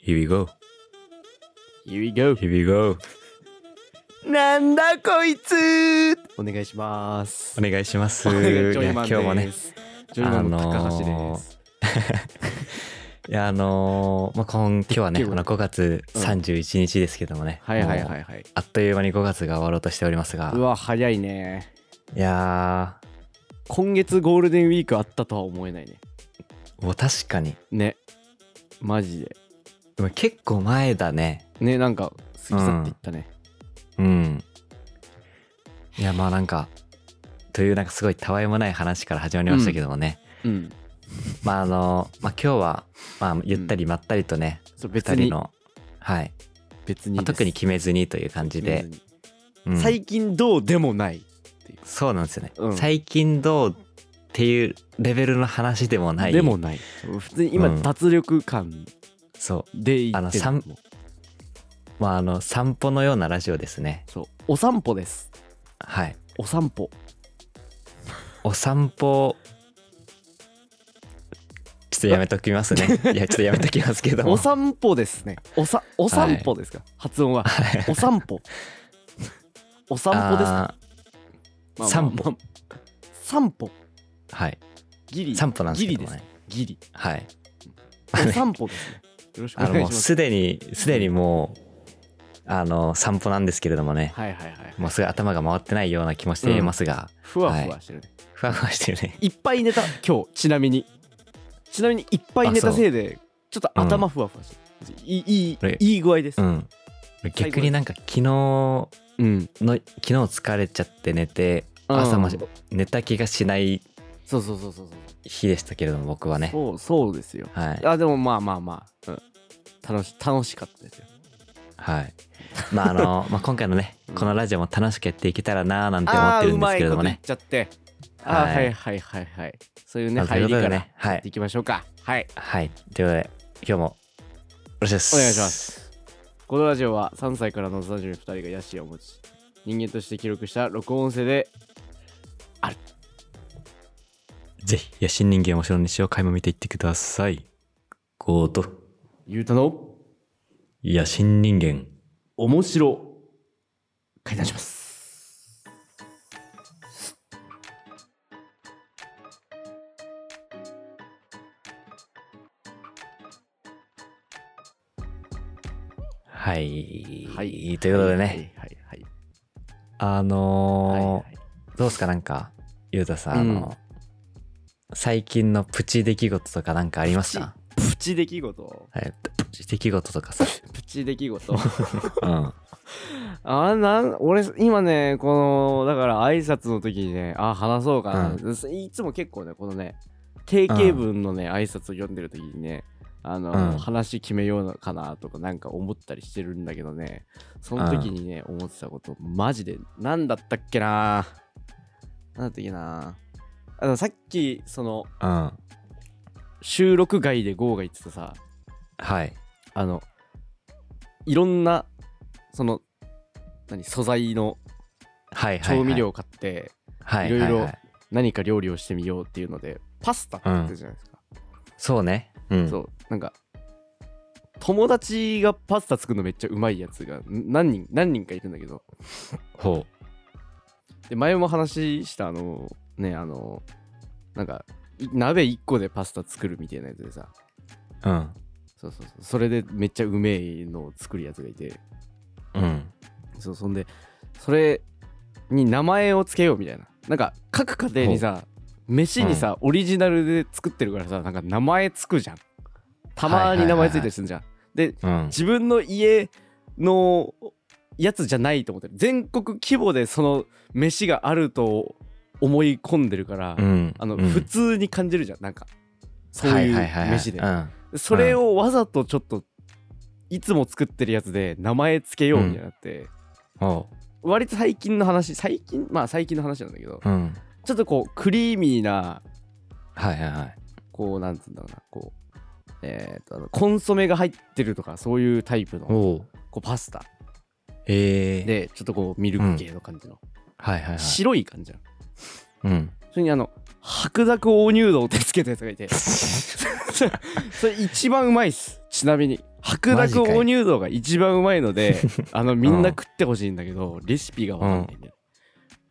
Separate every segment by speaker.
Speaker 1: Here we go.
Speaker 2: Here we go.
Speaker 1: Here we go.
Speaker 2: なんだこいつお願いします
Speaker 1: お。願いします。
Speaker 2: お
Speaker 1: い
Speaker 2: 願い
Speaker 1: や
Speaker 2: ジョイマ
Speaker 1: 今
Speaker 2: ン
Speaker 1: 日も
Speaker 2: で
Speaker 1: ね。
Speaker 2: す。ジョイマンの高橋です。
Speaker 1: いやあのーまあ今今日はね
Speaker 2: 結
Speaker 1: あ
Speaker 2: 構
Speaker 1: の5月
Speaker 2: うん
Speaker 1: 31日ですけどもね。
Speaker 2: はいはい
Speaker 1: もう
Speaker 2: はいはい。
Speaker 1: あっという間に5月が終わろうとしておりますが
Speaker 2: う。わ早いね。
Speaker 1: いや
Speaker 2: 今月ゴールデンウィークあったとは思えないね。
Speaker 1: ーもう確かに
Speaker 2: ね。マジで。
Speaker 1: でも結構前だね。
Speaker 2: ねなんか過ぎ去っていったね。
Speaker 1: うん。いやまあなんかというなんかすごいたわいもない話から始まりましたけどもね。
Speaker 2: うん。
Speaker 1: まああのーまあ今日はまあゆったりまったりとね、
Speaker 2: そう
Speaker 1: 二
Speaker 2: 別
Speaker 1: 人
Speaker 2: に
Speaker 1: のはい、
Speaker 2: 別
Speaker 1: ま
Speaker 2: に
Speaker 1: あ、特に決めずにという感じで
Speaker 2: 別、に
Speaker 1: うん
Speaker 2: 最近どうでもない。
Speaker 1: そうなんですよね、
Speaker 2: うん
Speaker 1: 最近どうっていうレベルの話でもない
Speaker 2: でもない。普通に今
Speaker 1: うん
Speaker 2: 脱力感
Speaker 1: そ
Speaker 2: でいってる
Speaker 1: あの散うまああの散歩のようなラジオですね
Speaker 2: そうお散歩です。
Speaker 1: はい
Speaker 2: お散歩。
Speaker 1: お散歩ちょっとやめときますね いやちょっとやめときますけども
Speaker 2: お散歩ですね。おさお散歩ですか、発音は。お散歩。お散歩ですか。
Speaker 1: あー散歩
Speaker 2: まあまあまあ散歩。
Speaker 1: はい
Speaker 2: ギリ。
Speaker 1: 散歩なんですけども
Speaker 2: ギリ
Speaker 1: ね
Speaker 2: です。ギリ。
Speaker 1: はい
Speaker 2: お散歩ですね。よろしくお
Speaker 1: あの
Speaker 2: 願い
Speaker 1: も
Speaker 2: し
Speaker 1: う
Speaker 2: ます。
Speaker 1: すでにすでにもうあの散歩なんですけれどもね
Speaker 2: はいはいはい。
Speaker 1: もうすごい頭が回ってないような気もしていますが、
Speaker 2: ふわふわしてるね。
Speaker 1: ふわふわしてるね
Speaker 2: い、っぱい寝た、今日、ちなみに。ちなみにいっぱい寝たせいで、ちょっと頭ふわふわしてる。いい、い
Speaker 1: ね
Speaker 2: い、いい具合です
Speaker 1: う。ん逆になんか昨日
Speaker 2: うん。
Speaker 1: の昨日疲れちゃって寝て
Speaker 2: うん
Speaker 1: 朝まで寝た気がしない
Speaker 2: そうそうそうそうそう。
Speaker 1: 日でしたけれども僕はね
Speaker 2: そう、そうですよ。
Speaker 1: はい
Speaker 2: あ、でもまあまあまあ。うん楽し、楽しかったですよ。
Speaker 1: はいまああ のまあ今回のね
Speaker 2: うん
Speaker 1: このラジオも楽しくやっていけたらなーなんて思
Speaker 2: あ
Speaker 1: って
Speaker 2: ー
Speaker 1: る
Speaker 2: う
Speaker 1: です
Speaker 2: んま
Speaker 1: け
Speaker 2: い
Speaker 1: れ
Speaker 2: こ
Speaker 1: ど
Speaker 2: と
Speaker 1: も
Speaker 2: 言っ
Speaker 1: ね
Speaker 2: ちゃってあー
Speaker 1: は
Speaker 2: はいいはいはいはいそういうね
Speaker 1: まあとい
Speaker 2: 入
Speaker 1: う
Speaker 2: り
Speaker 1: こと
Speaker 2: か
Speaker 1: で
Speaker 2: ら
Speaker 1: ねはい
Speaker 2: いきましょうかはい
Speaker 1: はいということで今日もよろしいです
Speaker 2: お願いしますこのラジオは3歳からの男女に2人が野心を持ち人間として記録した録音音声で
Speaker 1: ぜひ野心人間お城の西を垣間見ていってくださいゴート
Speaker 2: ゆうたの
Speaker 1: 野心人間
Speaker 2: 面白解談します
Speaker 1: はい、
Speaker 2: はい
Speaker 1: ということでね、
Speaker 2: はいはい
Speaker 1: あ
Speaker 2: はい
Speaker 1: のー
Speaker 2: はい
Speaker 1: どうっすかなんかゆうたさん、
Speaker 2: うん
Speaker 1: あの最近のプチ出来事とかなんかありました
Speaker 2: プチ出来事
Speaker 1: はい、プチ出来事と かさ、
Speaker 2: プチ出来事
Speaker 1: うん、
Speaker 2: あなん俺今ねこのだから挨拶の時にねあ話そうかな、いつも結構ねこのね定型文のね、挨拶を読んでる時にねあの、
Speaker 1: うん
Speaker 2: 話決めようのかなとかなんか思ったりしてるんだけどねその時にね、思ってたことマジで何だったっけな何だったっけなあのさっきその
Speaker 1: うん、
Speaker 2: 収録外でゴーが言ってたさ
Speaker 1: はい、
Speaker 2: あのいろんなその何素材の
Speaker 1: はいはい、はい、
Speaker 2: 調味料買って、
Speaker 1: はい、
Speaker 2: いろいろ
Speaker 1: はは
Speaker 2: 何か料理をしてみようっていうのでパスタって言ってたじゃないですか、
Speaker 1: そうね、うん、
Speaker 2: そうなんか友達がパスタ作るのめっちゃうまいやつがん何人何人かいるんだけど
Speaker 1: ほ
Speaker 2: で前も話したあのねあのなんかい鍋1個でパスタ作るみたいなやつでさ
Speaker 1: う、うん、
Speaker 2: そうそうそうそれでめっちゃうめえのを作るやつがいて
Speaker 1: うん、
Speaker 2: そうそんでそれに名前をつけようみたいななんか各家庭にさ飯にさ、オリジナルで作ってるからさなんか名前つくじゃんたまに名前ついたりするじゃん、で
Speaker 1: うん、
Speaker 2: 自分の家のやつじゃないと思ってる全国規模でその飯があると思い込んでるから、
Speaker 1: うん、
Speaker 2: あの
Speaker 1: うん
Speaker 2: 普通に感じるじゃんなんかそういう
Speaker 1: ははは
Speaker 2: 飯で
Speaker 1: はうん、
Speaker 2: それをわざとちょっといつも作ってるやつで名前つけようみたいになって、
Speaker 1: ほ
Speaker 2: 割と最近の話最近まあ最近の話なんだけど
Speaker 1: う、うん、
Speaker 2: ちょっとこうクリーミーな
Speaker 1: はいはいはい、
Speaker 2: こうなんつうんだろうなこうえー、とあのコンソメが入ってるとかそういうタイプの
Speaker 1: お
Speaker 2: こ
Speaker 1: う、
Speaker 2: うパスタ
Speaker 1: ええー、
Speaker 2: でちょっとこうミルク系の感じの、
Speaker 1: はいはいはい、
Speaker 2: 白い感じの
Speaker 1: うん、
Speaker 2: それにあの白 濁黄乳度を手つけたやつがいてそれ一番うまいっすちなみに白濁黄乳洞が一番うまいのであのみんな食ってほしいんだけど、レシピがわかんないんだよ、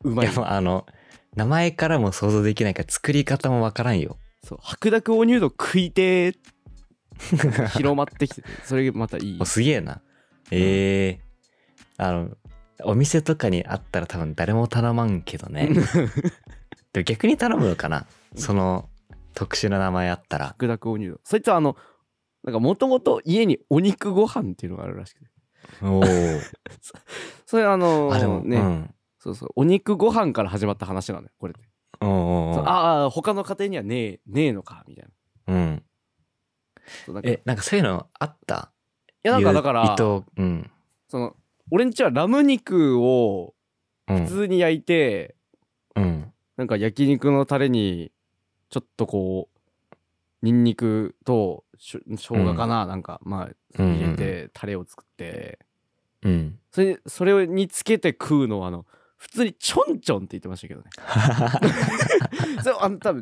Speaker 2: うま
Speaker 1: い
Speaker 2: い
Speaker 1: やもうあの名前からも想像できないから作り方もわからんよ
Speaker 2: そう白濁黄乳洞食い てー広まってきてそれまたいい
Speaker 1: おすげえなええあのお店とかにあったら多分誰も頼まんけど ねでも逆に頼むのかなその特殊な名前あったら
Speaker 2: 白濁黄乳洞そいつはあのなんかもともと家にお肉ご飯っていうのがあるらしくて
Speaker 1: おお
Speaker 2: それあのー
Speaker 1: あでも
Speaker 2: ね、
Speaker 1: うん
Speaker 2: そうそうお肉ご飯から始まった話なんだよこれって
Speaker 1: おうおうおう
Speaker 2: ああ他の家庭にはねえねえのかみたいな
Speaker 1: うん
Speaker 2: そうなんかい
Speaker 1: えなんかそういうのあった
Speaker 2: やなんかだから
Speaker 1: 伊藤うん
Speaker 2: その俺んちはラム肉を
Speaker 1: う
Speaker 2: 普
Speaker 1: ん
Speaker 2: 通に焼いて、
Speaker 1: うん
Speaker 2: なんか焼肉のタレにちょっとこうニンニクとしょ生姜かな、なんかまあ
Speaker 1: うん
Speaker 2: 入れてタレを作って、
Speaker 1: うん
Speaker 2: それそれにつけて食うのはあの普通にちょんちょんって言ってました けどねそれあの多分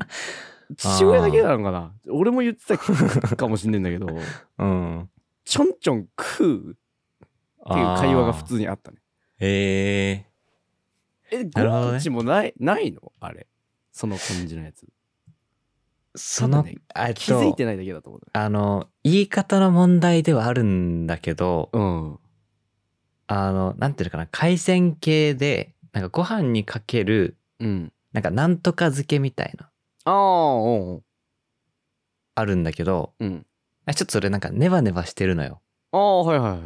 Speaker 2: 父親だけなのかな俺も言ってたかもしんないんだ けど
Speaker 1: うん
Speaker 2: ちょんちょん食うっていう会話が普通にあったね
Speaker 1: へえ
Speaker 2: え、
Speaker 1: なるほどね
Speaker 2: ゴンチもない、ないのあれ。その感じのやつ。
Speaker 1: その、
Speaker 2: 多分ね
Speaker 1: あえっと
Speaker 2: 気づいてないだけだと思うね。
Speaker 1: あの言い方の問題ではあるんだけど
Speaker 2: うん。
Speaker 1: あのなんていうのかな海鮮系でなんかご飯にかける
Speaker 2: うん。
Speaker 1: なんかなんとか漬けみたいな
Speaker 2: ああ、うん。
Speaker 1: あるんだけど
Speaker 2: うん。
Speaker 1: あちょっとそれなんかネバネバしてるのよ
Speaker 2: ああ、はいはいはい。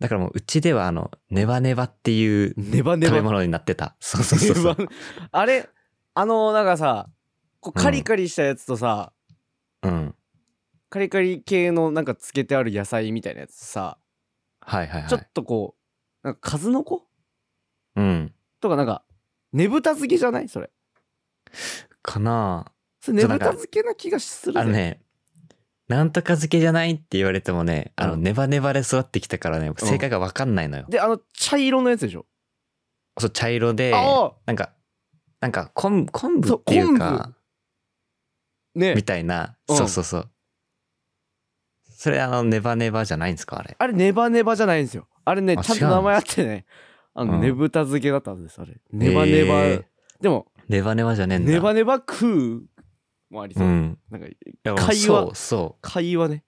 Speaker 1: だからもううちではあのネバネバっていう
Speaker 2: ネバネ
Speaker 1: 食べ
Speaker 2: バ。
Speaker 1: 物になってたそうそうそうそう
Speaker 2: ネバ あれ、あの、なんかさ、こうカリカリしたやつとさ、
Speaker 1: うん
Speaker 2: カリカリ系のなんかつけてある野菜みたいなやつとさ、
Speaker 1: はいはい
Speaker 2: ちょ
Speaker 1: はい
Speaker 2: っとこう、なんか数の子
Speaker 1: うん
Speaker 2: とかなんか、ねぶた漬けじゃないそれ。
Speaker 1: かな
Speaker 2: それね
Speaker 1: そうな
Speaker 2: ぶ
Speaker 1: んか
Speaker 2: た漬けな気がするぜ
Speaker 1: あのねなんとか漬けじゃないって言われてもねあの
Speaker 2: うん
Speaker 1: ネバネバで育ってきたからね正解が分かんないのよ
Speaker 2: で、あの、茶色のやつでしょ。
Speaker 1: そう茶色で
Speaker 2: ああ
Speaker 1: なんかなんか昆昆布
Speaker 2: そう
Speaker 1: っていうか
Speaker 2: 昆ね
Speaker 1: みたいな
Speaker 2: うん
Speaker 1: そうそうそうそれあのネバネバじゃないんですかあれ
Speaker 2: あれネバネバじゃないんですよ。あれね、
Speaker 1: あ
Speaker 2: ちゃん
Speaker 1: 違う
Speaker 2: と
Speaker 1: の
Speaker 2: 名前あってね、あ
Speaker 1: う
Speaker 2: の、
Speaker 1: ん
Speaker 2: ねぶた漬けだったんです、あれ。ネバネバ。
Speaker 1: えー
Speaker 2: でも、
Speaker 1: ネバネバじゃねえんだ
Speaker 2: ネバネバ食うもありそうう。
Speaker 1: ん
Speaker 2: なんか、
Speaker 1: いや
Speaker 2: 会話
Speaker 1: そうそ
Speaker 2: 会話ね。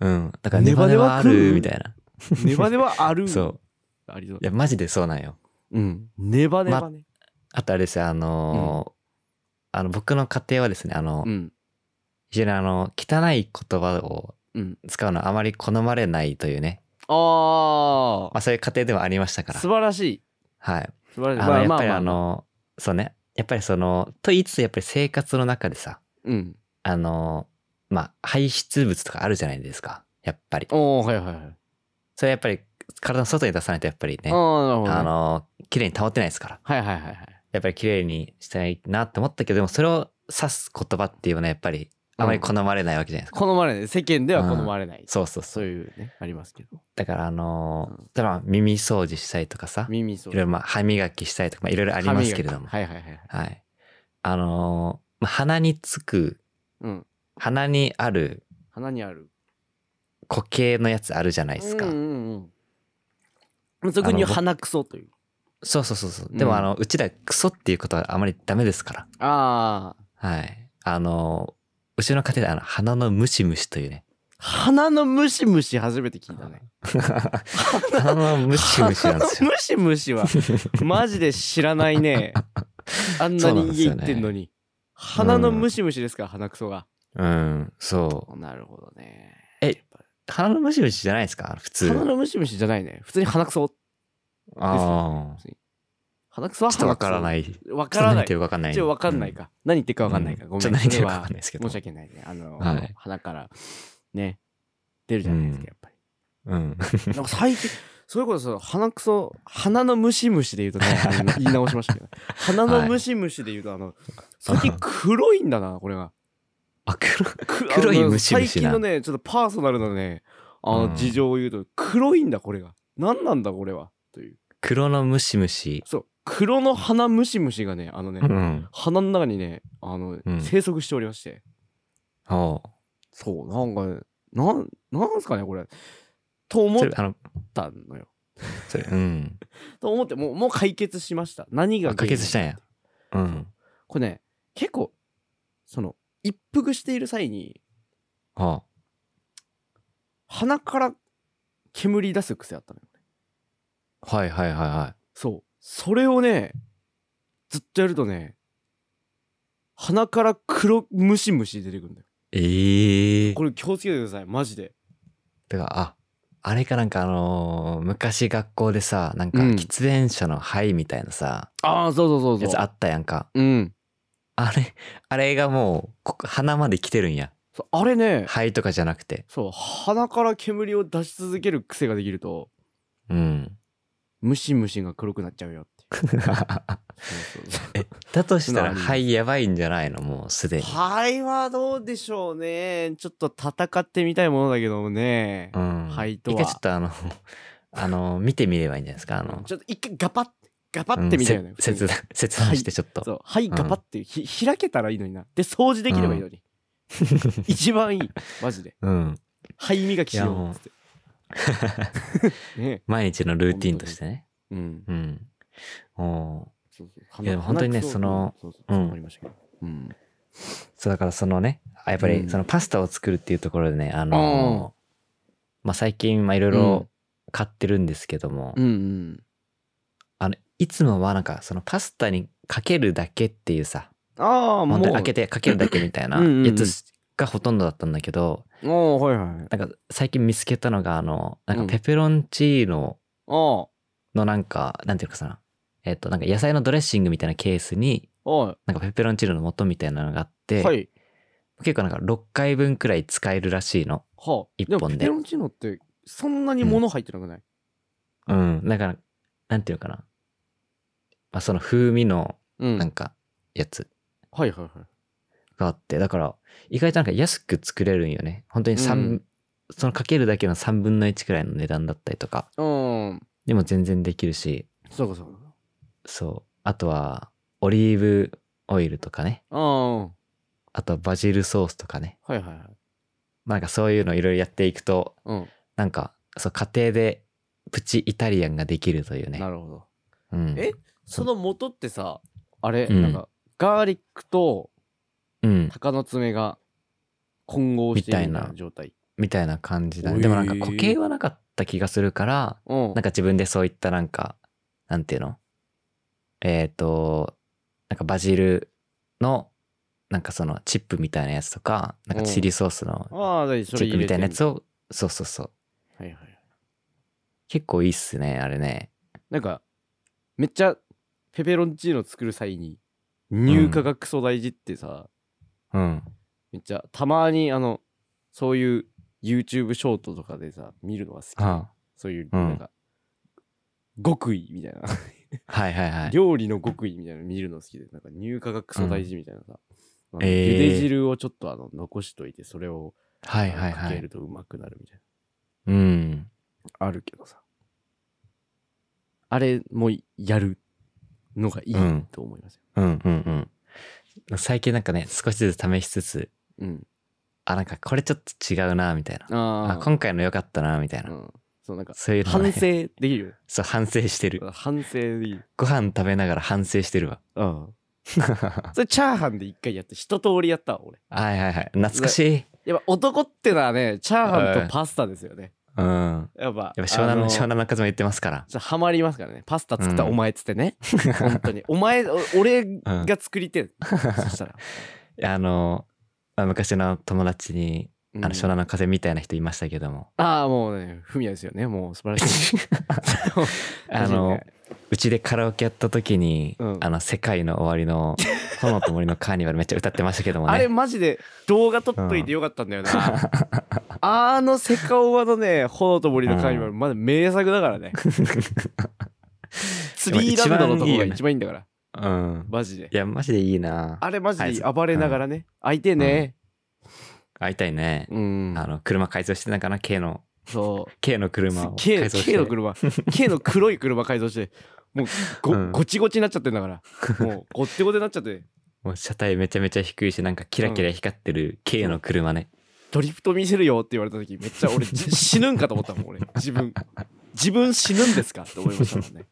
Speaker 1: ううんだからネバネバあ
Speaker 2: ネバネバ食
Speaker 1: る
Speaker 2: う
Speaker 1: みたいな
Speaker 2: ネバネバあ る。
Speaker 1: そう
Speaker 2: ありそう
Speaker 1: い。やマジでそうなんよ
Speaker 2: うん。ネバネバね。
Speaker 1: あとあれですよあのーあの僕の家庭はですねあの
Speaker 2: うん。
Speaker 1: 非常にあの汚い言葉を
Speaker 2: うん。
Speaker 1: 使うのはあまり好まれないというね
Speaker 2: あ
Speaker 1: まあそういう家庭でもありましたか
Speaker 2: あ。
Speaker 1: ら
Speaker 2: 素晴らしい。
Speaker 1: はい
Speaker 2: 素晴ら
Speaker 1: あ
Speaker 2: しい。
Speaker 1: の、やっぱりあ、の、そうね。やっぱりその、と言いつつやっぱり生活の中でさ、
Speaker 2: うん。
Speaker 1: あの、まあ、排出物とかあるじゃないですか。やっぱり。
Speaker 2: おー、はいはいはい。あ
Speaker 1: それやっぱり体の外に出さないとやっぱりね、
Speaker 2: あ、なるほどね。
Speaker 1: あの、綺麗に保ってないですから。
Speaker 2: はいはいはいはい。
Speaker 1: やっぱり綺麗にしたいなって思ったけど、でもそれを指す言葉っていうのはやっぱり、あまり好まれないわけじゃないですか。
Speaker 2: 好まれない。世間では好まれない。
Speaker 1: そうそうそ
Speaker 2: そう
Speaker 1: う。
Speaker 2: いうね、ありますけど。
Speaker 1: だからあの
Speaker 2: うん、
Speaker 1: 例えば耳掃除したりとかさ、い
Speaker 2: 耳そう。
Speaker 1: ろいろまあ歯磨きしたりとか、まあいろいろありますけれども。
Speaker 2: はいはいはいはい。
Speaker 1: はい。あのーまあ、鼻につく、
Speaker 2: うん。
Speaker 1: 鼻にある
Speaker 2: 鼻にある。
Speaker 1: 固形のやつあるじゃないですか。
Speaker 2: うんうんうん、俗に言う
Speaker 1: あの僕
Speaker 2: 鼻くそという
Speaker 1: そうそうそうそう。
Speaker 2: うん
Speaker 1: でも、あの、うちらクソっていうことはあまりダメですから。
Speaker 2: ああ
Speaker 1: はい。あのーうちの家庭であの、鼻のムシムシというね。
Speaker 2: 鼻のムシムシ初めて聞いたね
Speaker 1: 鼻のムシムシなんですよ。
Speaker 2: 鼻のムシムシはマジで知らないねあんな
Speaker 1: そうなん
Speaker 2: に
Speaker 1: です
Speaker 2: 家
Speaker 1: よ
Speaker 2: 行
Speaker 1: ね
Speaker 2: ってんのに鼻のムシムシですから鼻くそが、
Speaker 1: うん、そう。
Speaker 2: なるほどね
Speaker 1: え
Speaker 2: やっぱ
Speaker 1: 鼻のムシムシじゃないですか普通。
Speaker 2: 鼻のムシムシじゃないね普通に鼻くそ
Speaker 1: ああ。
Speaker 2: 鼻くそは
Speaker 1: ちょっとわから
Speaker 2: い
Speaker 1: ない。
Speaker 2: わからない
Speaker 1: ちょっと何言ってるかわかんない。
Speaker 2: 一応わかんないか、何言ってるか
Speaker 1: うん。
Speaker 2: わかんないか、ご
Speaker 1: ち
Speaker 2: め
Speaker 1: ょっと
Speaker 2: ん
Speaker 1: 何言っ
Speaker 2: そ
Speaker 1: て
Speaker 2: れ
Speaker 1: るかわ
Speaker 2: は
Speaker 1: かんないですけど。
Speaker 2: 申し訳ないねあの、
Speaker 1: はい
Speaker 2: 鼻からね出るじゃないですか、
Speaker 1: うん
Speaker 2: やっぱり
Speaker 1: うん。
Speaker 2: なんか最近 そういうことさ鼻くそ鼻のムシムシで 言うとねあの言い直しましたけど鼻のムシムシで言うとあの最近黒いんだなこれが
Speaker 1: あ、黒い。
Speaker 2: く
Speaker 1: 黒い
Speaker 2: あの
Speaker 1: ムシムシ
Speaker 2: 最
Speaker 1: な
Speaker 2: 近のねちょっとパーソナルのねあ
Speaker 1: うん
Speaker 2: の事情を言うと黒いんだこれが何なんだこれはという
Speaker 1: 黒のムシムシ。
Speaker 2: そう黒の鼻ムシムシがねあのね
Speaker 1: うん。
Speaker 2: 鼻の中にねあの
Speaker 1: うん
Speaker 2: 生息しておりまして
Speaker 1: おう
Speaker 2: そうなんかねなんなんすかねこれと思
Speaker 1: そ
Speaker 2: っ
Speaker 1: れあの
Speaker 2: たのよ
Speaker 1: それうん
Speaker 2: と思ってもうもう解決しました何が
Speaker 1: あ
Speaker 2: 原
Speaker 1: 可
Speaker 2: 因
Speaker 1: 決したんやうん
Speaker 2: これね結構その一服している際に
Speaker 1: は
Speaker 2: 鼻から煙出す癖あったのよ
Speaker 1: あはいはいはいは
Speaker 2: そうそれをねずっとやるとね鼻から黒ムシムシ出てくるんだよ
Speaker 1: いええ
Speaker 2: これ気をつけてくださいマジで
Speaker 1: てかああれかなんかあのー昔学校でさなんか
Speaker 2: うん
Speaker 1: 喫煙者の灰みたいなさ、
Speaker 2: ああそうそうそ
Speaker 1: やつあったやんか
Speaker 2: うん
Speaker 1: あれあれがもうここ鼻まで来てるんや
Speaker 2: そうあれね
Speaker 1: 灰とかじゃなくて
Speaker 2: そう鼻から煙を出し続ける癖ができると
Speaker 1: うん
Speaker 2: ムシムシが黒くなっちゃうよって いうそうそうそう
Speaker 1: だとした
Speaker 2: う
Speaker 1: ら
Speaker 2: ん
Speaker 1: 肺やばいんじゃないのもうすでに
Speaker 2: 肺はどうでしょうねちょっと戦ってみたいものだけどもね、
Speaker 1: うん
Speaker 2: 肺とは
Speaker 1: 一回ちょっとあの あの見てみればいいんじゃないですかあの
Speaker 2: ちょっと一回ガパッガパってみたいな、
Speaker 1: うん
Speaker 2: 普
Speaker 1: せ
Speaker 2: 通に
Speaker 1: 切断切断してちょっと、
Speaker 2: そう肺ガパって、ひ開けたらいいのになで掃除できればいいの に、一番いいマジで
Speaker 1: うん
Speaker 2: 肺磨きしよ
Speaker 1: いや
Speaker 2: う
Speaker 1: もう
Speaker 2: っつ ってね
Speaker 1: 毎日のルーティンとしてね
Speaker 2: うん
Speaker 1: うんおー
Speaker 2: そうそう
Speaker 1: いやでも本当にね
Speaker 2: 鼻く
Speaker 1: その
Speaker 2: そうそう
Speaker 1: う
Speaker 2: そ
Speaker 1: ん
Speaker 2: うわかりましたけどうん
Speaker 1: そうだからそのねあやっぱ
Speaker 2: う
Speaker 1: り
Speaker 2: ん
Speaker 1: そのパスタを作るっていうところでねあのまあ最近まあいろいろ買ってるんですけども、
Speaker 2: うんうん
Speaker 1: あのいつもはなんかそのパスタにかけるだけっていうさ
Speaker 2: ああも
Speaker 1: 本
Speaker 2: う
Speaker 1: 当に開けてかけるだけみたいな
Speaker 2: うんうんうん
Speaker 1: やつがほとんどだったんだけど
Speaker 2: おーはいはい
Speaker 1: なんか最近見つけたのがあのなん
Speaker 2: う
Speaker 1: か
Speaker 2: ん
Speaker 1: ペペロンチーノ
Speaker 2: あ
Speaker 1: のなんかなんていうのかなえっとなんか野菜のドレッシングみたいなケースに
Speaker 2: あは
Speaker 1: なんかペペロンチーノの素みたいなのがあっ
Speaker 2: い
Speaker 1: て、
Speaker 2: はい
Speaker 1: 結構なんか6回分くらい使えるらしいの。
Speaker 2: はあ
Speaker 1: 一
Speaker 2: でも
Speaker 1: 本
Speaker 2: ペ
Speaker 1: で
Speaker 2: ペロンチーノってそんなに物入ってなくない
Speaker 1: うん。だから、なんていうのかな。まあ、その風味の、
Speaker 2: うん
Speaker 1: な
Speaker 2: は
Speaker 1: ん
Speaker 2: い
Speaker 1: か、やつ
Speaker 2: はいはい
Speaker 1: があって、だから、意外となんか安く作れるんよね。本当に三、
Speaker 2: うん
Speaker 1: そのかけるだけの3分の1くらいの値段だったりとか、
Speaker 2: うん
Speaker 1: でも全然できるし、
Speaker 2: そうかそうか
Speaker 1: そう。あとは、オリーブオイルとかね。
Speaker 2: うんは
Speaker 1: あとはバジルソースとかね。
Speaker 2: いはいはい
Speaker 1: まあ、なんかそういうのいろいろやっていくと、
Speaker 2: うん
Speaker 1: なんか、そう、家庭でプチイタリアンができるというね。
Speaker 2: なるほど
Speaker 1: うん、
Speaker 2: えその元ってさあれ、
Speaker 1: うん
Speaker 2: なんかガーリックと
Speaker 1: うん。
Speaker 2: 鷹の爪が混合しているよう
Speaker 1: みた
Speaker 2: ない
Speaker 1: な
Speaker 2: 状態
Speaker 1: みたいな感じだ
Speaker 2: お
Speaker 1: ね。
Speaker 2: い
Speaker 1: でもなんか固形はなかった気がするから、
Speaker 2: うん
Speaker 1: なんか自分でそういったなんか、なんていうのえっ、と、なんかバジルの、なんかそのチップみたいなやつとか、なんかチリソースの
Speaker 2: ああだいそ
Speaker 1: チ
Speaker 2: れ
Speaker 1: ップ
Speaker 2: 入
Speaker 1: み
Speaker 2: れ
Speaker 1: た
Speaker 2: て
Speaker 1: い
Speaker 2: ん
Speaker 1: な
Speaker 2: だ
Speaker 1: やつを、そうそうそう。
Speaker 2: はいはい
Speaker 1: 結構いいっすね、あれね。
Speaker 2: なんかめっちゃペペロンチーノ作る際に乳化がクソ大事ってさ、
Speaker 1: うん。
Speaker 2: めっちゃたまにあのそういう YouTube ショートとかでさ見るのが好き、
Speaker 1: あ
Speaker 2: そういう
Speaker 1: うん
Speaker 2: なんか、極意みたいな
Speaker 1: はいはいはい。
Speaker 2: 料理の極意みたいなの見るの好きでなんか乳化がクソ大事みたいなさ、あの
Speaker 1: えー
Speaker 2: 茹で汁をちょっとあの残しといてそれを
Speaker 1: は
Speaker 2: あ
Speaker 1: い
Speaker 2: の
Speaker 1: はい
Speaker 2: か
Speaker 1: は
Speaker 2: け
Speaker 1: い
Speaker 2: る。とうまくなるみたい
Speaker 1: うん。
Speaker 2: な、あるけどさあれもやるのがいい
Speaker 1: うん
Speaker 2: と思いますよ、
Speaker 1: うんうんうん。最近なんかね、少しずつ試しつつ、
Speaker 2: うん
Speaker 1: あ、なんかこれちょっと違うな、みたいな。あ
Speaker 2: ああ
Speaker 1: 今回の良かったな、みたいな。
Speaker 2: うん、そうなんか
Speaker 1: そういうの
Speaker 2: 反
Speaker 1: ね
Speaker 2: 省できる
Speaker 1: そう、反省してる。
Speaker 2: よ反省できる
Speaker 1: ご飯食べながら反省してるわ。
Speaker 2: うん
Speaker 1: は
Speaker 2: それチャーハンで一回やって一通りやったわ俺
Speaker 1: いはいはい。懐かしい。
Speaker 2: やっぱ男ってのはねチャーハンとパスタですよね
Speaker 1: うん。やっ
Speaker 2: やっぱ
Speaker 1: ぱ湘南
Speaker 2: あ
Speaker 1: の、
Speaker 2: の
Speaker 1: 湘南の数も言ってますから。
Speaker 2: ちょっとハマりますからねパスタ作った
Speaker 1: うん
Speaker 2: お前っつって ね、本当にお前お俺が作りて、そしたら、
Speaker 1: あの、まあ昔の友達に、 あの湘南の風みたいな人いましたけども、
Speaker 2: ああもうねフミヤですよねもう素 晴らしい
Speaker 1: あの、うちでカラオケやった時に、
Speaker 2: うん
Speaker 1: あの、世界の終わり の、炎と森のカーニバルめっちゃ歌ってましたけどもね。
Speaker 2: あれマジで動画撮っといてよかったんだよな、あのセカオワのね「炎と森のカーニバル」まだ名作だからねスリーラウンドのとこが一番いいんだから
Speaker 1: うん。
Speaker 2: マジで
Speaker 1: いや、マジでいいな
Speaker 2: あれマジ
Speaker 1: はい
Speaker 2: で
Speaker 1: そう
Speaker 2: 暴れながらね、開いてね
Speaker 1: 会いたいね。
Speaker 2: うん、
Speaker 1: あの、車改造してたんかな ?K の、
Speaker 2: そう
Speaker 1: K の車を
Speaker 2: K,
Speaker 1: 改造して。
Speaker 2: K の車 K の黒い車改造してもうご,、
Speaker 1: うん
Speaker 2: ごちごちになっちゃってんだからもうごってごてになっちゃって
Speaker 1: もう車体めちゃめちゃ低いし、なんかキラキラ光ってる K の車ね。
Speaker 2: ドリフト見せるよって言われた時めっちゃ俺じ 死ぬんかと思ったもん俺自分自分死ぬんですかって思いましたもんね、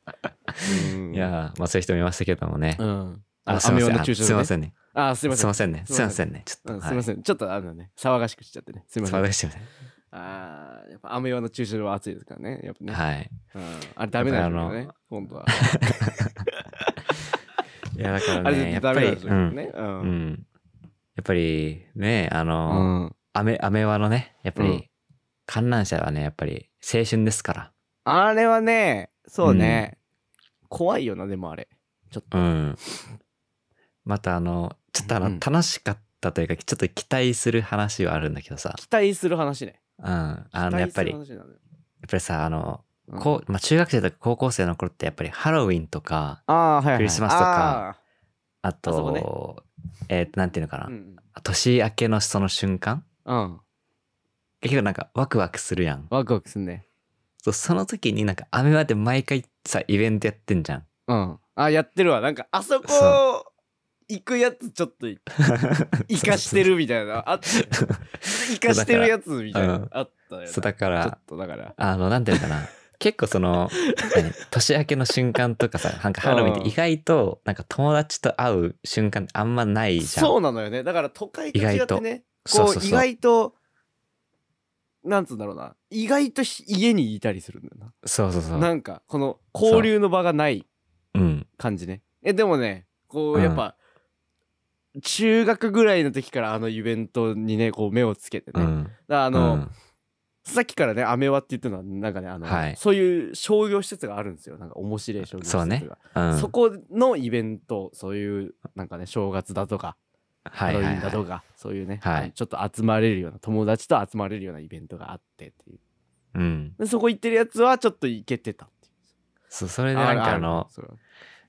Speaker 2: うん、
Speaker 1: いやーまあそういう人もいましたけどもね、
Speaker 2: うん
Speaker 1: あ
Speaker 2: あ
Speaker 1: すいませ
Speaker 2: 雨
Speaker 1: ん
Speaker 2: 用の
Speaker 1: あ
Speaker 2: 駐車
Speaker 1: すい
Speaker 2: 場
Speaker 1: ま
Speaker 2: ね
Speaker 1: せんね
Speaker 2: あすいますせ
Speaker 1: い
Speaker 2: ん
Speaker 1: ませんねすいませんねちょっ
Speaker 2: うん
Speaker 1: と
Speaker 2: すいませんちょっとあのね騒がしくしちゃってねすいません
Speaker 1: はい、すいません
Speaker 2: あーやっぱ雨用の駐車場は暑いですからねやっぱね、
Speaker 1: はい
Speaker 2: うん、あれダメなんだよね今度は
Speaker 1: いやだか
Speaker 2: あ
Speaker 1: らね
Speaker 2: れ
Speaker 1: やっ
Speaker 2: ダ
Speaker 1: ぱ
Speaker 2: メ
Speaker 1: り
Speaker 2: なんです
Speaker 1: う
Speaker 2: よ
Speaker 1: ん、
Speaker 2: ねうん
Speaker 1: うん、やっぱりねあ
Speaker 2: う
Speaker 1: の、
Speaker 2: ん
Speaker 1: アメアメワのねやっぱり、
Speaker 2: うん
Speaker 1: 観覧車はねやっぱり青春ですから
Speaker 2: あれはねそうね、怖いよなでもあれちょっと、
Speaker 1: うんまたあのちょっとあの、
Speaker 2: うん
Speaker 1: 楽しかったというかちょっと期待する話はあるんだけどさ、
Speaker 2: 期待する話ね
Speaker 1: うん、あのやっぱりや
Speaker 2: 期
Speaker 1: っ
Speaker 2: 待する話なのよ
Speaker 1: ぱりさあの、
Speaker 2: うん
Speaker 1: こうまあ、中学生とか高校生の頃ってやっぱりハロウィンとか
Speaker 2: ああはいはい
Speaker 1: クリスマスとかあ
Speaker 2: あそこね
Speaker 1: とえっとなんていうのか
Speaker 2: あ
Speaker 1: な、
Speaker 2: ーうん
Speaker 1: 年明けのその瞬間
Speaker 2: うん、うん、
Speaker 1: 結構なんかワクワクするやん
Speaker 2: ワクワクすんね
Speaker 1: そうその時になんかアメまで毎回さイベントやってんじゃん
Speaker 2: うんあやってるわなんかあそこ行くやつちょっと 生かしてるみたいなあったよ生かしてるやつみたいな、
Speaker 1: うん
Speaker 2: あったよ な
Speaker 1: そうだか
Speaker 2: ちょ
Speaker 1: ら
Speaker 2: っとだから
Speaker 1: あのなんていうのか な結構その何年明けの瞬間とかさなんかハロウィンって意外となんか友達と会う瞬間ってあんまないじゃん
Speaker 2: そうなのよねだから都会と違ってね
Speaker 1: 意外と
Speaker 2: こ
Speaker 1: そうそう
Speaker 2: う
Speaker 1: そう
Speaker 2: 意外となんつうんだろうな意外とひ家にいたりするんだよな
Speaker 1: そうそうそう
Speaker 2: なんかこの交流の場がない
Speaker 1: うん
Speaker 2: 感じねえでもねこ
Speaker 1: う
Speaker 2: うんやっぱ、中学ぐらいの時からあのイベントにねこう目をつけて
Speaker 1: う
Speaker 2: ね、だか
Speaker 1: ん
Speaker 2: らあの、
Speaker 1: うん
Speaker 2: さっきからねアメワって言ってるのはなんかねあの、
Speaker 1: はい
Speaker 2: そういう商業施設があるんですよなんか面白い商業施設が
Speaker 1: そうねうん
Speaker 2: そこのイベントそういうなんかね正月だとか
Speaker 1: は
Speaker 2: ハ
Speaker 1: い
Speaker 2: ロウ
Speaker 1: は
Speaker 2: ィ
Speaker 1: い
Speaker 2: ン
Speaker 1: は
Speaker 2: だと
Speaker 1: い
Speaker 2: か、そういうね、
Speaker 1: はい
Speaker 2: ちょっと集まれるような友達と集まれるようなイベントがあってっていう
Speaker 1: うん
Speaker 2: でそこ行ってるやつはちょっと行けてたっていう
Speaker 1: そうそれでなんかあの
Speaker 2: それは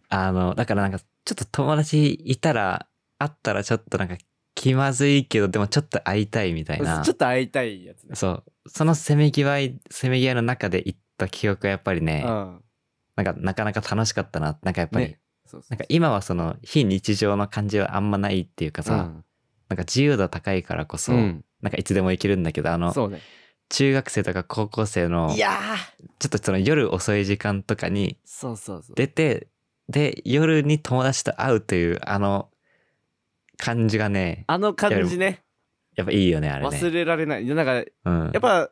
Speaker 1: あのだからなんかちょっと友達いたら会ったらちょっとなんか気まずいけどでもちょっと会いたいみたいな
Speaker 2: ちょっと会いたいやつね
Speaker 1: そうそのせめぎ合いせめぎ合いの中で行った記憶はやっぱりね、
Speaker 2: うん
Speaker 1: なんかなかなか楽しかったななんかやっぱり、
Speaker 2: ねそうそ
Speaker 1: な
Speaker 2: うん
Speaker 1: か今はその非日常の感じはあんまないっていうかさ、
Speaker 2: うん
Speaker 1: なんか自由度高いからこそ、
Speaker 2: うん
Speaker 1: なんかいつでも行けるんだけどあの
Speaker 2: そうね
Speaker 1: 中学生とか高校生の
Speaker 2: い
Speaker 1: ちょ
Speaker 2: やー
Speaker 1: っとその夜遅い時間とかに
Speaker 2: そうそうそう
Speaker 1: 出てで夜に友達と会うというあの感じがね
Speaker 2: あの感じね
Speaker 1: やっぱいいよねあれ
Speaker 2: 忘
Speaker 1: ね。
Speaker 2: れられないなんかや
Speaker 1: うん
Speaker 2: っぱ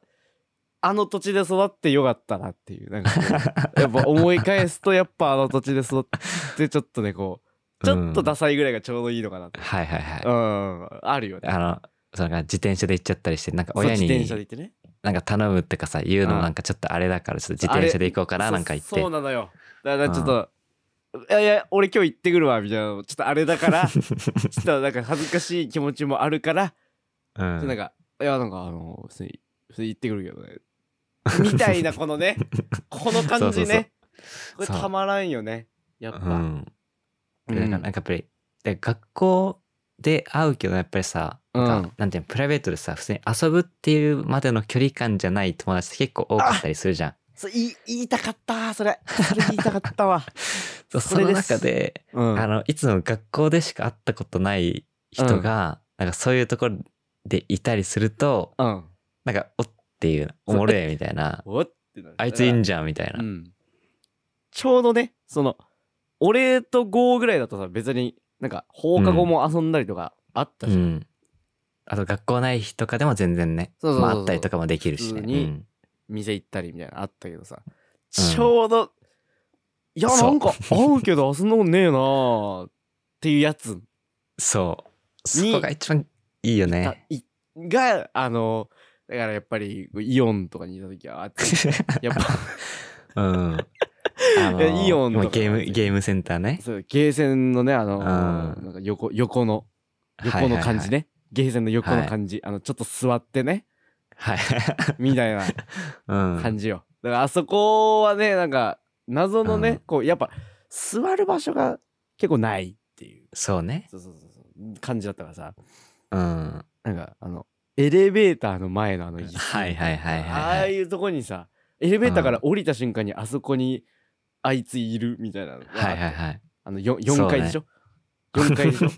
Speaker 2: あの土地で育ってよかったなっていうなんかこ うやっぱ思い返すとやっぱあの土地で育ってちょっとねこうちょっと
Speaker 1: うん
Speaker 2: ダサいぐらいがちょうどいいのかなって
Speaker 1: はいはいはい。
Speaker 2: うん、あるよね。
Speaker 1: あのその自転車で行っちゃったりしてなんか
Speaker 2: そう
Speaker 1: 親
Speaker 2: 自転車で
Speaker 1: に
Speaker 2: 行ってね。
Speaker 1: なんか頼むってかさ言うのなんかちょっとあれだからちょっと自転車で行こうかななんか言っ
Speaker 2: そ
Speaker 1: て
Speaker 2: そうなのよ。だからちょっと、いやいや、俺今日行ってくるわ、みたいなのちょっとあれ だから、ちょっとなんか恥ずかしい気持ちもあるから、
Speaker 1: うん
Speaker 2: なんか、いや、なんかあの、普通に、普通に行ってくるけど ね。みたいな、このね、この感じ
Speaker 1: そ
Speaker 2: ね。
Speaker 1: うそうそう
Speaker 2: これたまらんよね。やっぱ。
Speaker 1: うん、
Speaker 2: う
Speaker 1: なんかなんかやっぱりで学校で会うけどやっぱりさ、なん
Speaker 2: うん
Speaker 1: かなんていうのプライベートでさ普通に遊ぶっていうまでの距離感じゃない友達って結構多かったりするじゃん
Speaker 2: そう言い言いたかった、それ。それ言いたかったわ。
Speaker 1: そう
Speaker 2: そ
Speaker 1: そ
Speaker 2: れ
Speaker 1: の
Speaker 2: です
Speaker 1: 中で、
Speaker 2: う ん
Speaker 1: あのいつも学校でしか会ったことない人が、なんかそういうところでいたりすると
Speaker 2: うん。
Speaker 1: なんかおっていうおもれえみたいな
Speaker 2: おってなる
Speaker 1: あいついいんじゃんみたいな、
Speaker 2: うん、ちょうどねその俺と5ぐらいだとさ別になんか放課後も遊んだりとかあった
Speaker 1: う
Speaker 2: じゃん、
Speaker 1: ん。あと学校ない日とかでも全然ね、
Speaker 2: そうそうそうそう
Speaker 1: まあ、あったりとかもできるしね。
Speaker 2: 普通に
Speaker 1: うん
Speaker 2: 店行ったりみたいなのあったけどさ、
Speaker 1: うん
Speaker 2: ちょうどいや
Speaker 1: そ
Speaker 2: な
Speaker 1: うん
Speaker 2: か会うけ ど遊んだことねえなあっていうやつ
Speaker 1: そう。そこが一番いいよ
Speaker 2: が,
Speaker 1: ね。
Speaker 2: い、があのだからやっぱりイオンとかにいた時は あってやっぱ
Speaker 1: うん。あの
Speaker 2: いやイオンとか
Speaker 1: 今ゲーム、ゲームセンターね。
Speaker 2: そうゲーセンのねあの
Speaker 1: うん
Speaker 2: なんか横横の横の感じね、ゲーセンの横の感じ、あのちょっと座っ てね
Speaker 1: はいはいはい。はい。
Speaker 2: みたいな
Speaker 1: うん。
Speaker 2: 感じよ。だからあそこはね、なんか謎のね、
Speaker 1: うん
Speaker 2: こうやっぱ座る場所が結構ないっていう
Speaker 1: そうね。
Speaker 2: そうそうそうそう感じだったからさ、
Speaker 1: うん。
Speaker 2: なんかあのエレベーターの前のあの椅子
Speaker 1: はいはいはいはいはい
Speaker 2: ああいうとこにさ、エレベーターから降りた瞬間にあそこにあいついるみたいなのがあって。
Speaker 1: はいはいはい。
Speaker 2: あの 4, 四階でしょ、?4 階でしょ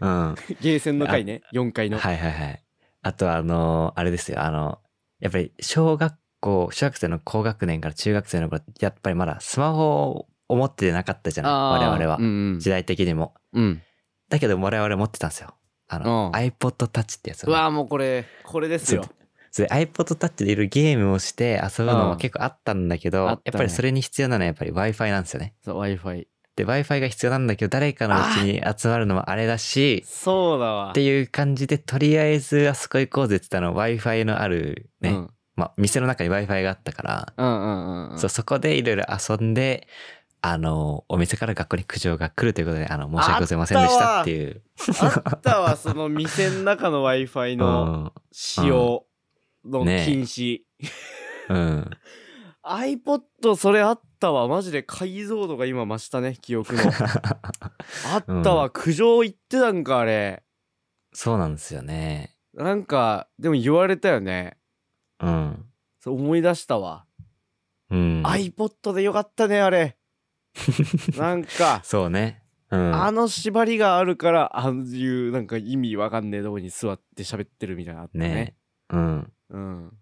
Speaker 1: うん。はい
Speaker 2: ゲーセンの階ね、4階の。
Speaker 1: はいはい。あとはあのーあれですよ、あの、やっぱり小学校、小学生の高学年から中学生の頃、やっぱりまだスマホを持ってなかったじゃない、
Speaker 2: あー
Speaker 1: 我々は
Speaker 2: う。ん
Speaker 1: 時代的にも。
Speaker 2: うん、うん
Speaker 1: だけど我々持ってたんですよ。あ
Speaker 2: う
Speaker 1: の、
Speaker 2: ん
Speaker 1: iPod Touch ってやつ
Speaker 2: う
Speaker 1: をね
Speaker 2: わーもうこれこれですよ
Speaker 1: そそれ iPod Touch でいるゲームをして遊ぶの
Speaker 2: う
Speaker 1: も
Speaker 2: ん
Speaker 1: 結構あったんだけど、
Speaker 2: あ
Speaker 1: や
Speaker 2: っ
Speaker 1: った
Speaker 2: ね
Speaker 1: ぱりそれに必要なのはやっぱり Wi-Fi なんですよね。
Speaker 2: そう w i f i
Speaker 1: で、Wi-Fi が必要なんだけど、誰かのうちに集まるのもあれだし、
Speaker 2: そうだわ
Speaker 1: っていう感じで、とりあえずあそこ行こうぜって言ったの Wi-Fi のあるね、
Speaker 2: うん、
Speaker 1: まあ、店の中に Wi-Fi があったから、
Speaker 2: うんうんうんうん
Speaker 1: そうそこでいろいろ遊んで、あの、お店から学校に苦情が来るということで、あの、申し訳ございませんでしたっていう。
Speaker 2: あったわその店の中の w i f i
Speaker 1: う
Speaker 2: の
Speaker 1: ん。
Speaker 2: 使用の
Speaker 1: ねえ
Speaker 2: 禁止、
Speaker 1: うん。
Speaker 2: iPod それあったわマジで解像度が今増したね記 憶のあったわ、
Speaker 1: う
Speaker 2: 苦情言ってたんかあれ
Speaker 1: そうなんですよね。
Speaker 2: なんかでも言われたよね
Speaker 1: うん。
Speaker 2: そう思い出したわ、
Speaker 1: うん。
Speaker 2: iPod でよかったねあれなんか、
Speaker 1: そうね。 うん。
Speaker 2: あの縛りがあるからああいうなんか意味わかんねえとこに座って喋ってるみたいなのあったね
Speaker 1: ねうん。
Speaker 2: うん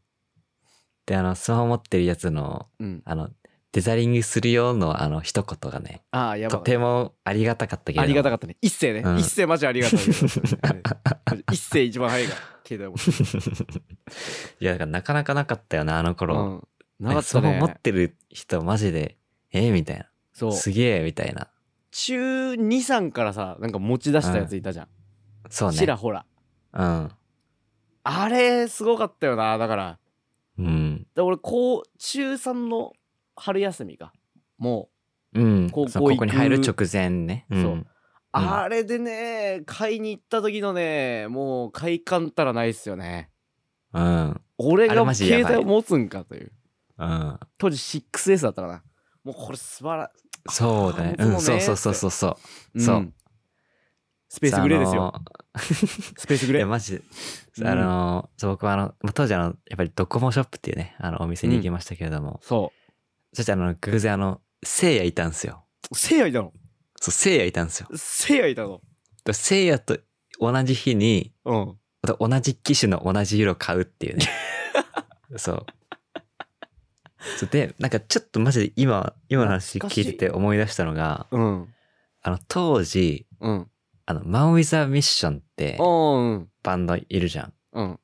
Speaker 1: で、あの、スマホ持ってるやつの、
Speaker 2: うん
Speaker 1: あの、デザリングするようの、あの、一言がね、
Speaker 2: ああやば
Speaker 1: と
Speaker 2: かった
Speaker 1: てもありがたかったけれども。
Speaker 2: ありがたかったね一世ね、
Speaker 1: うん
Speaker 2: 一世マジありがたい 一世一番早いから携帯も
Speaker 1: いや、だからなかなかなかったよな、あの頃。
Speaker 2: うん、なかっ
Speaker 1: そ
Speaker 2: た
Speaker 1: の
Speaker 2: ね
Speaker 1: 持ってる人マジで、えみたい
Speaker 2: そ
Speaker 1: な。
Speaker 2: う
Speaker 1: すげえみたいな。
Speaker 2: 中23からさなんか持ち出したやついたじゃん、
Speaker 1: そうね。
Speaker 2: ちらほら
Speaker 1: うん。
Speaker 2: あれすごかったよなだから
Speaker 1: うん。
Speaker 2: で俺こう中3の春休みかも
Speaker 1: うん。
Speaker 2: 高校
Speaker 1: そうこ
Speaker 2: 行
Speaker 1: こ
Speaker 2: く
Speaker 1: に入る直前ね。ん
Speaker 2: そう。う、
Speaker 1: うん
Speaker 2: あれでね買いに行った時のねもう快感たらないっすよね
Speaker 1: うん。
Speaker 2: 俺
Speaker 1: あれ
Speaker 2: が
Speaker 1: マジやばい
Speaker 2: 携帯を持つんかという
Speaker 1: うん。
Speaker 2: 当時 6S だったかなもうこれ素晴ら
Speaker 1: そうだね。
Speaker 2: あー
Speaker 1: う
Speaker 2: 本
Speaker 1: ん。
Speaker 2: 当
Speaker 1: そう
Speaker 2: ね
Speaker 1: そうそうそうそう。
Speaker 2: そ
Speaker 1: そうう。
Speaker 2: スペースグレーです よ。
Speaker 1: あの
Speaker 2: スペースグ
Speaker 1: い
Speaker 2: レ
Speaker 1: や、
Speaker 2: ー。
Speaker 1: マジで
Speaker 2: うん
Speaker 1: あの、そう僕はあの、まあ当時あの、やっぱりドコモショップっていうね、あの、お店に行きましたけれども、
Speaker 2: そ
Speaker 1: そしてあの、偶然あの、聖夜いたんすよ。
Speaker 2: う。せいやいたの。
Speaker 1: そう、聖夜いたんすよ。
Speaker 2: せいやいたの。
Speaker 1: で聖夜と同じ日に、
Speaker 2: うん。
Speaker 1: 同じ機種の同じ色買うっていう ね。そう。そうで、なんかちょっとマジで今、今の話
Speaker 2: 懐か
Speaker 1: 聞
Speaker 2: しい
Speaker 1: いてて思い出したのが、
Speaker 2: うん。
Speaker 1: あの、当時、
Speaker 2: うん。
Speaker 1: あの、マン・ウィザー・ミッションって
Speaker 2: うん。
Speaker 1: バンドいるじゃん。
Speaker 2: うん。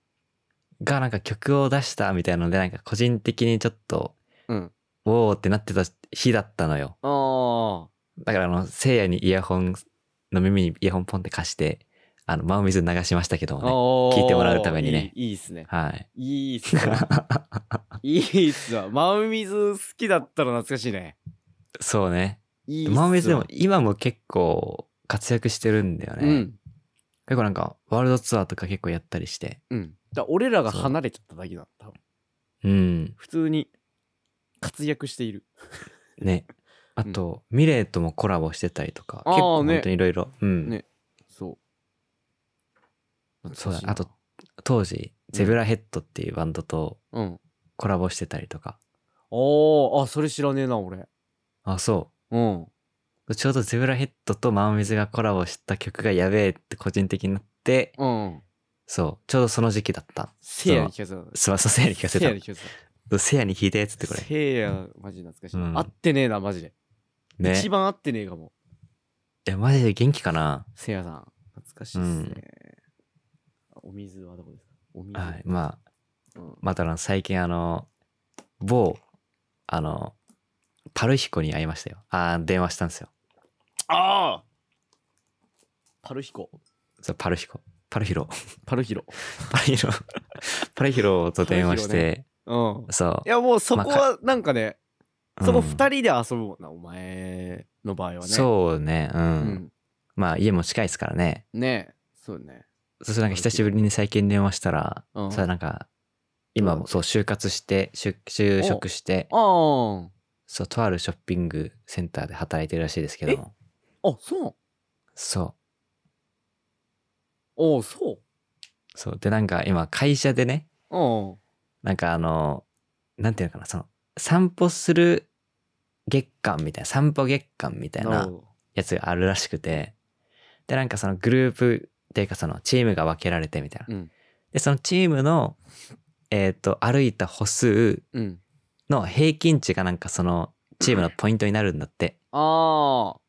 Speaker 1: が、なんか曲を出したみたいなので、なんか個人的にちょっと、
Speaker 2: うん。
Speaker 1: おーってなってた日だったのよ。
Speaker 2: あ
Speaker 1: だからあの、聖夜にイヤホン、の耳にイヤホンポンって貸して、あの、真水流しましたけど
Speaker 2: あ。
Speaker 1: もね。聞いてもらうためにね。
Speaker 2: いいいいっすね。
Speaker 1: はい。
Speaker 2: いいっ すわいいっすわ。真海水好きだったら懐かしいね。
Speaker 1: そうね。
Speaker 2: いいっすわ。
Speaker 1: 真水でも今も結構活躍してるんだよね。
Speaker 2: うん。
Speaker 1: 結構なんか、ワールドツアーとか結構やったりして。
Speaker 2: うん。だから俺らが離れちゃっただけだ。多分
Speaker 1: うん。
Speaker 2: 普通に活躍している。
Speaker 1: ね。あと、ミレーともコラボしてたりとか、
Speaker 2: あー
Speaker 1: 結構
Speaker 2: ね
Speaker 1: 本当にいろいろ。うん。
Speaker 2: ねそう。
Speaker 1: そうだね
Speaker 2: 懐かしいな
Speaker 1: あと、当時、ゼブラヘッドっていうバンドと
Speaker 2: うん。
Speaker 1: コラボしてたりとか。
Speaker 2: ああ、あ、それ知らねえな、俺。
Speaker 1: あ、そ
Speaker 2: うん。
Speaker 1: う。ちょうどゼブラヘッドとマンミズがコラボした曲がやべえって個人的になって、
Speaker 2: うん。
Speaker 1: そう。ちょうどその時期だった。
Speaker 2: せいやに聞かせた。
Speaker 1: すまん、そうせいやに聞かせ
Speaker 2: せいやに聞か
Speaker 1: た。せいやに弾いたやつって
Speaker 2: せ
Speaker 1: こ
Speaker 2: た。
Speaker 1: れ。
Speaker 2: せいや、マジ懐かしい。
Speaker 1: うん
Speaker 2: 合ってねえな、マジで。
Speaker 1: ね。
Speaker 2: 一番合ってねえかも。
Speaker 1: いや、マジで元気かな。
Speaker 2: せいやさん。懐かしいっすね。お水はどこですかお水。
Speaker 1: はい。まあ、
Speaker 2: うん
Speaker 1: またあの、最近あの、某、あの、パルヒコに会いましたよ。あー電話したんですよ。
Speaker 2: ああパルヒコ。
Speaker 1: そう、パルヒコ。パルヒロ。
Speaker 2: パルヒロ。
Speaker 1: パルヒロ。 パルヒロと電話し
Speaker 2: パルヒロ
Speaker 1: て、
Speaker 2: うん。
Speaker 1: そ
Speaker 2: いや、もうそこ
Speaker 1: ま
Speaker 2: は、なんかね、
Speaker 1: う。
Speaker 2: そこ
Speaker 1: うん
Speaker 2: 二人で遊ぶもんな、お前の場合はね。
Speaker 1: そうね、うん。
Speaker 2: うん。
Speaker 1: まあ、家も近いですからね。
Speaker 2: ねえ。そうね。
Speaker 1: そしてなんか久しぶりに最近電話したら、
Speaker 2: うん
Speaker 1: それなんか、今もそう、就活して、就就職して、
Speaker 2: あ
Speaker 1: そう、とあるショッピングセンターで働いてるらしいですけども。
Speaker 2: あ。あ、そう。
Speaker 1: そう。
Speaker 2: おうそう。
Speaker 1: そう。で、なんか今、会社でね、
Speaker 2: うん。
Speaker 1: なんかあの、なんていうのかな、その、散歩する月間みたいな、散歩月間みたい
Speaker 2: なる
Speaker 1: な
Speaker 2: ほど
Speaker 1: やつがあるらしくて、で、なんかそのグループっていうかそのチームが分けられてみたいな。
Speaker 2: うん
Speaker 1: で、そのチームの、えっ、と、歩いた歩数
Speaker 2: うん。
Speaker 1: の平均値がなんかその、チームのポイントになるんだって。
Speaker 2: ああ。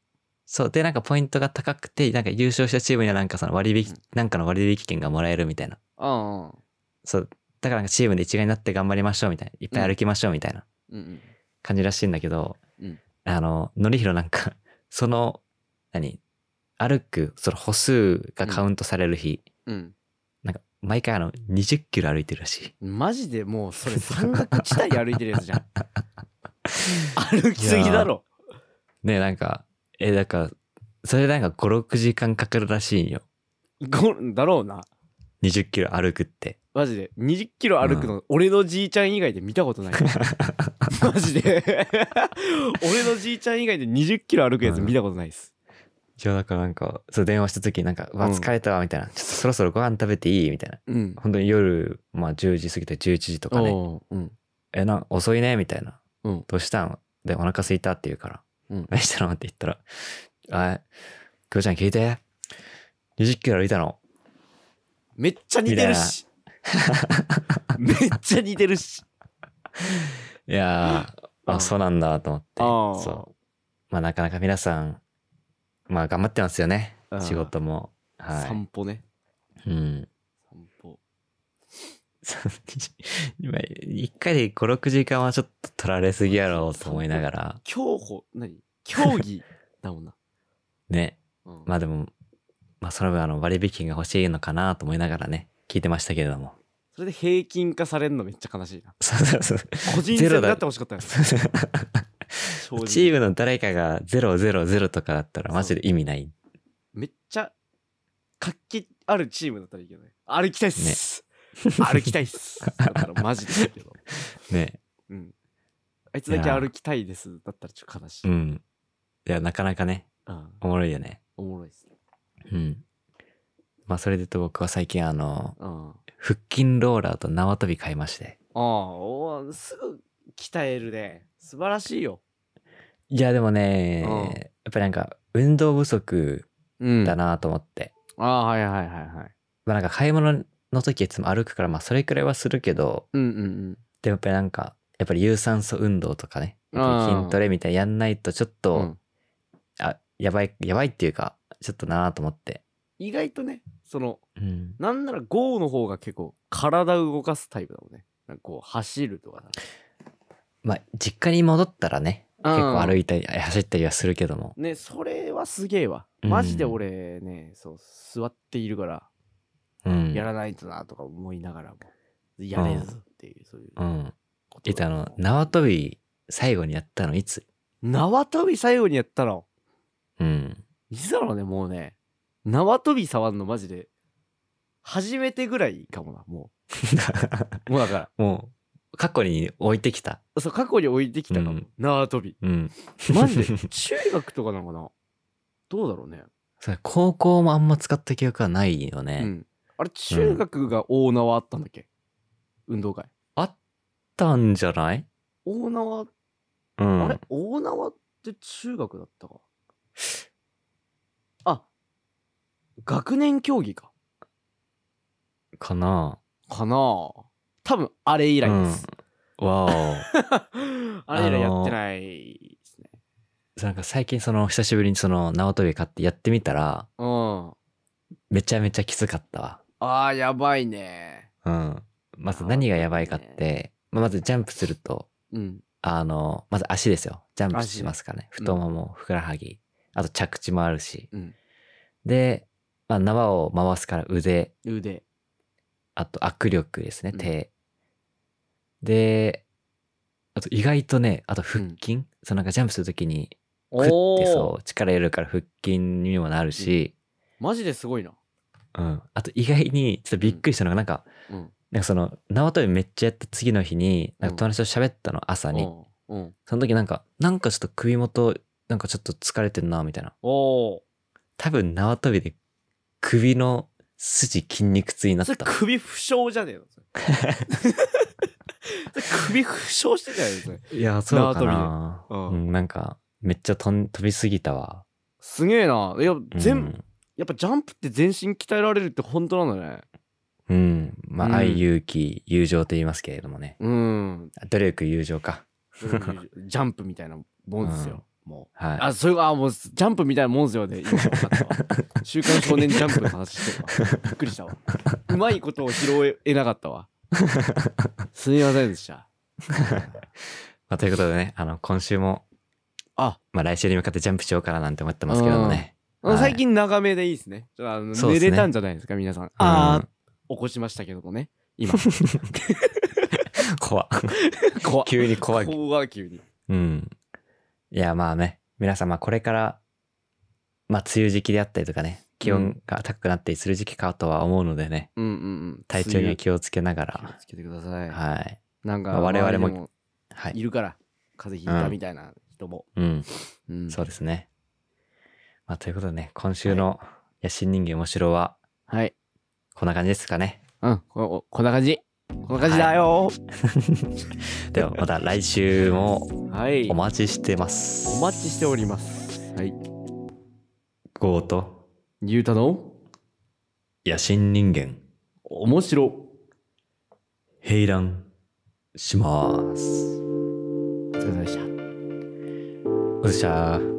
Speaker 1: そう。で、なんかポイントが高くて、なんか優勝したチームにはなんかその割引、なんかの割引券がもらえるみたいな。
Speaker 2: ああ。
Speaker 1: そう。だからなんかチームで一概になって頑張りましょうみたいな。いっぱい歩きましょうみたいな
Speaker 2: うんうん。
Speaker 1: 感じらしいんだけど、
Speaker 2: うん
Speaker 1: あの、のりひろなんか、 その、何歩く、その歩数がカウントされる日、
Speaker 2: うん。
Speaker 1: なんか毎回あの、20キロ歩いてるらしい。
Speaker 2: マジでもう それ山岳地帯歩いてるやつ じゃん。歩きすぎだろ。
Speaker 1: ねなんか、え、だから、それなんか5、6時間かかるらしいんよ。
Speaker 2: ごだろうな。
Speaker 1: 20キロ歩くって。
Speaker 2: マジで20キロ歩くの、俺のじいちゃん以外で見た ことないマジで 俺のじいちゃん以外で20キロ歩くやつ見たことないです、
Speaker 1: いやだからなんかそう電話した時なんか「うわ
Speaker 2: うん
Speaker 1: 疲れたわ」みたいな、ちょっとそろそろご飯食べていい?」みたいな
Speaker 2: うん
Speaker 1: 本当に夜、まあ、10時過ぎて11時とかね
Speaker 2: おううん
Speaker 1: 「えな遅いね」みたいな「
Speaker 2: うん
Speaker 1: どうしたん?」で「お腹空いた」って言うから
Speaker 2: うん
Speaker 1: 「何したの?」って言ったら「あクロちゃん聞いて20キロ歩いたの
Speaker 2: めっちゃ似てるしめっちゃ似てるし
Speaker 1: いやー
Speaker 2: う
Speaker 1: あ
Speaker 2: ん
Speaker 1: そうなんだ」と思って
Speaker 2: あー
Speaker 1: そうまあなかなか皆さんまあ頑張ってますよね
Speaker 2: うん
Speaker 1: 仕事もは
Speaker 2: 散歩ね
Speaker 1: いうん
Speaker 2: 散歩
Speaker 1: 今一回で56時間はちょっと取られすぎやろうと思いながら
Speaker 2: 競歩何競技だもんな、
Speaker 1: ね
Speaker 2: うん
Speaker 1: まあでもまあその分あの割引券が欲しいのかなと思いながらね聞いてましたけれども
Speaker 2: それで平均化されるのめっちゃ悲しいな
Speaker 1: そうそうそう
Speaker 2: 個人戦になってほしかったよ正 直
Speaker 1: チームの誰かが000とかだったらマジで意味ない
Speaker 2: めっちゃ活気あるチームだったらいいけどね歩きたいっす、 歩きたいっすだったらマジでいいけど、
Speaker 1: ね
Speaker 2: うん、あいつだけ歩きたいですだったらちょっと悲しい、
Speaker 1: うんいやなかなかね
Speaker 2: うん
Speaker 1: おもろいよね
Speaker 2: おもろいっすね、
Speaker 1: うんまあそれで言うと僕は最近あの
Speaker 2: うん、あ
Speaker 1: 腹筋ローラーと縄跳び買いまして
Speaker 2: あおーすぐ鍛えるね素晴らしいよ、
Speaker 1: いやでもね
Speaker 2: うん
Speaker 1: やっぱりなんか運動不足
Speaker 2: うん
Speaker 1: だ
Speaker 2: あ
Speaker 1: なと思って、
Speaker 2: あはいはいはいはい
Speaker 1: まあなんか買い物の時いつも歩くからまあそれくらいはするけど
Speaker 2: うんうん
Speaker 1: でもやっぱりなんかやっぱり有酸素運動とかねやっぱ
Speaker 2: あ
Speaker 1: り
Speaker 2: ー
Speaker 1: 筋トレみたいなやんないとちょっ
Speaker 2: う
Speaker 1: と、
Speaker 2: ん、うん、
Speaker 1: あやばいやばいっていうかちょっとなーと思って、
Speaker 2: 意外とねその
Speaker 1: うん、
Speaker 2: なんなら GO の方が結構体動かすタイプだもんねなんかこう走るとかさ
Speaker 1: まあ実家に戻ったらね
Speaker 2: うん
Speaker 1: 結構歩いたり走ったりはするけども
Speaker 2: ねそれはすげえわ
Speaker 1: うん
Speaker 2: マジで俺ね、そう座っているから
Speaker 1: うん
Speaker 2: やらないとなとか思いながらもやれずっていう、そういう
Speaker 1: うん
Speaker 2: こと
Speaker 1: えっとあの縄跳び最後にやったのいつ
Speaker 2: 縄跳び最後にやったの
Speaker 1: うん
Speaker 2: いつだろうねもうね縄跳び触んのマジで初めてぐらいかもなもうもうだか
Speaker 1: もう過去に置いてきた
Speaker 2: らそう過去に置いてきたかも、
Speaker 1: うん
Speaker 2: 縄跳び
Speaker 1: うん
Speaker 2: マジで中学とかなのかなどうだろうね、
Speaker 1: それ高校もあんま使った記憶はないよね、
Speaker 2: うん、あれ中学が大縄あったんだっけ、運動会
Speaker 1: あったんじゃない
Speaker 2: 大縄
Speaker 1: うん。
Speaker 2: あれ大縄って中学だったかあ学年競技か
Speaker 1: かな
Speaker 2: かなあ多分あれ以来です、
Speaker 1: わお。
Speaker 2: あれ以来やってないですね
Speaker 1: なんか最近その久しぶりにその縄跳び買ってやってみたら、
Speaker 2: うん
Speaker 1: めちゃめちゃきつかったわ。
Speaker 2: あーやばいね
Speaker 1: うん。まず何がやばいかって、まあまずジャンプすると、
Speaker 2: うん
Speaker 1: あの、まず足ですよ。ジャンプしますからね。
Speaker 2: 足
Speaker 1: 太もも、ふくらはぎ、あと着地もあるし。
Speaker 2: うん
Speaker 1: で、まあ、縄を回すから腕、
Speaker 2: 腕
Speaker 1: あと握力ですね、
Speaker 2: うん
Speaker 1: 手。で、あと意外とね、あと腹筋、そのなんかジャンプするときに、食って
Speaker 2: おー
Speaker 1: そう力入れるから腹筋にもなるし、
Speaker 2: マジですごいな
Speaker 1: うん、あと意外にちょっとびっくりしたのがなんか、
Speaker 2: うん
Speaker 1: なんかその縄跳びめっちゃやった次の日になん
Speaker 2: う
Speaker 1: か
Speaker 2: ん
Speaker 1: 友達と喋ったの朝に、
Speaker 2: うんうん
Speaker 1: その時なんかなんかちょっと首元なんかちょっと疲れてんなみたいな
Speaker 2: おお
Speaker 1: 多分縄跳びで首の筋筋肉痛になっ
Speaker 2: それ
Speaker 1: た
Speaker 2: 首負傷じゃねえのそれ それ首負傷してんじゃないのそれ
Speaker 1: いやそうかな
Speaker 2: 縄、跳
Speaker 1: う
Speaker 2: びでうん
Speaker 1: ん、なんかめっちゃ飛ん飛びすぎたわ
Speaker 2: すげえないや
Speaker 1: うん
Speaker 2: 全部やっぱジャンプって全身鍛えられるって本当なのね。
Speaker 1: うん。まあ、
Speaker 2: うん
Speaker 1: 愛、勇気、友情と言いますけれどもね。
Speaker 2: うん。
Speaker 1: 努力、友情か。
Speaker 2: ジャンプみたいなもんですよ。もう。
Speaker 1: は
Speaker 2: あ、そういう、あ、もう、ジャンプみたいなもんですよね。今分かったわ週刊少年ジャンプの話してるわ。びっくりしたわ。うまいことを拾えなかったわ。すみませんでした。
Speaker 1: い。まあ、ということでね、あの、今週も、
Speaker 2: あ、
Speaker 1: まあ、来週に向かってジャンプしようかななんて思ってますけれどもね。はい
Speaker 2: あの最近長めでいいですね。ちょっとあの
Speaker 1: そうっ
Speaker 2: 寝
Speaker 1: すね
Speaker 2: れたんじゃないですか、皆さん。あー、起こしましたけどもね。今。
Speaker 1: うん、怖っ
Speaker 2: 怖
Speaker 1: 急に怖い。
Speaker 2: 怖い急に。
Speaker 1: うん。いや、まあね、皆様これから、まあ、梅雨時期であったりとかね、気温が高くなったりする時期かとは思うのでね、
Speaker 2: うんうんうん。
Speaker 1: 体調には
Speaker 2: 気
Speaker 1: 気をつけなが
Speaker 2: を
Speaker 1: ら、
Speaker 2: つけてください。
Speaker 1: はい。
Speaker 2: なんか、
Speaker 1: まあ我々も
Speaker 2: 周りで
Speaker 1: はいい。
Speaker 2: るから、風邪ひいたみたいな人も。
Speaker 1: うん、
Speaker 2: うん
Speaker 1: そうですね。まあ、ということでね、今週の野心人間面白は、
Speaker 2: はい。
Speaker 1: こんな感じですかね。
Speaker 2: うん、ここんな感じ。こんな感じだよ。
Speaker 1: では、また来週も
Speaker 2: はい。
Speaker 1: お待ちしてます。
Speaker 2: お待ちしております。はい。
Speaker 1: ゴーと
Speaker 2: ゆうたの、
Speaker 1: 野心人間、
Speaker 2: 面白。
Speaker 1: 平乱します。
Speaker 2: お疲れ様でした。
Speaker 1: お疲れ様でした。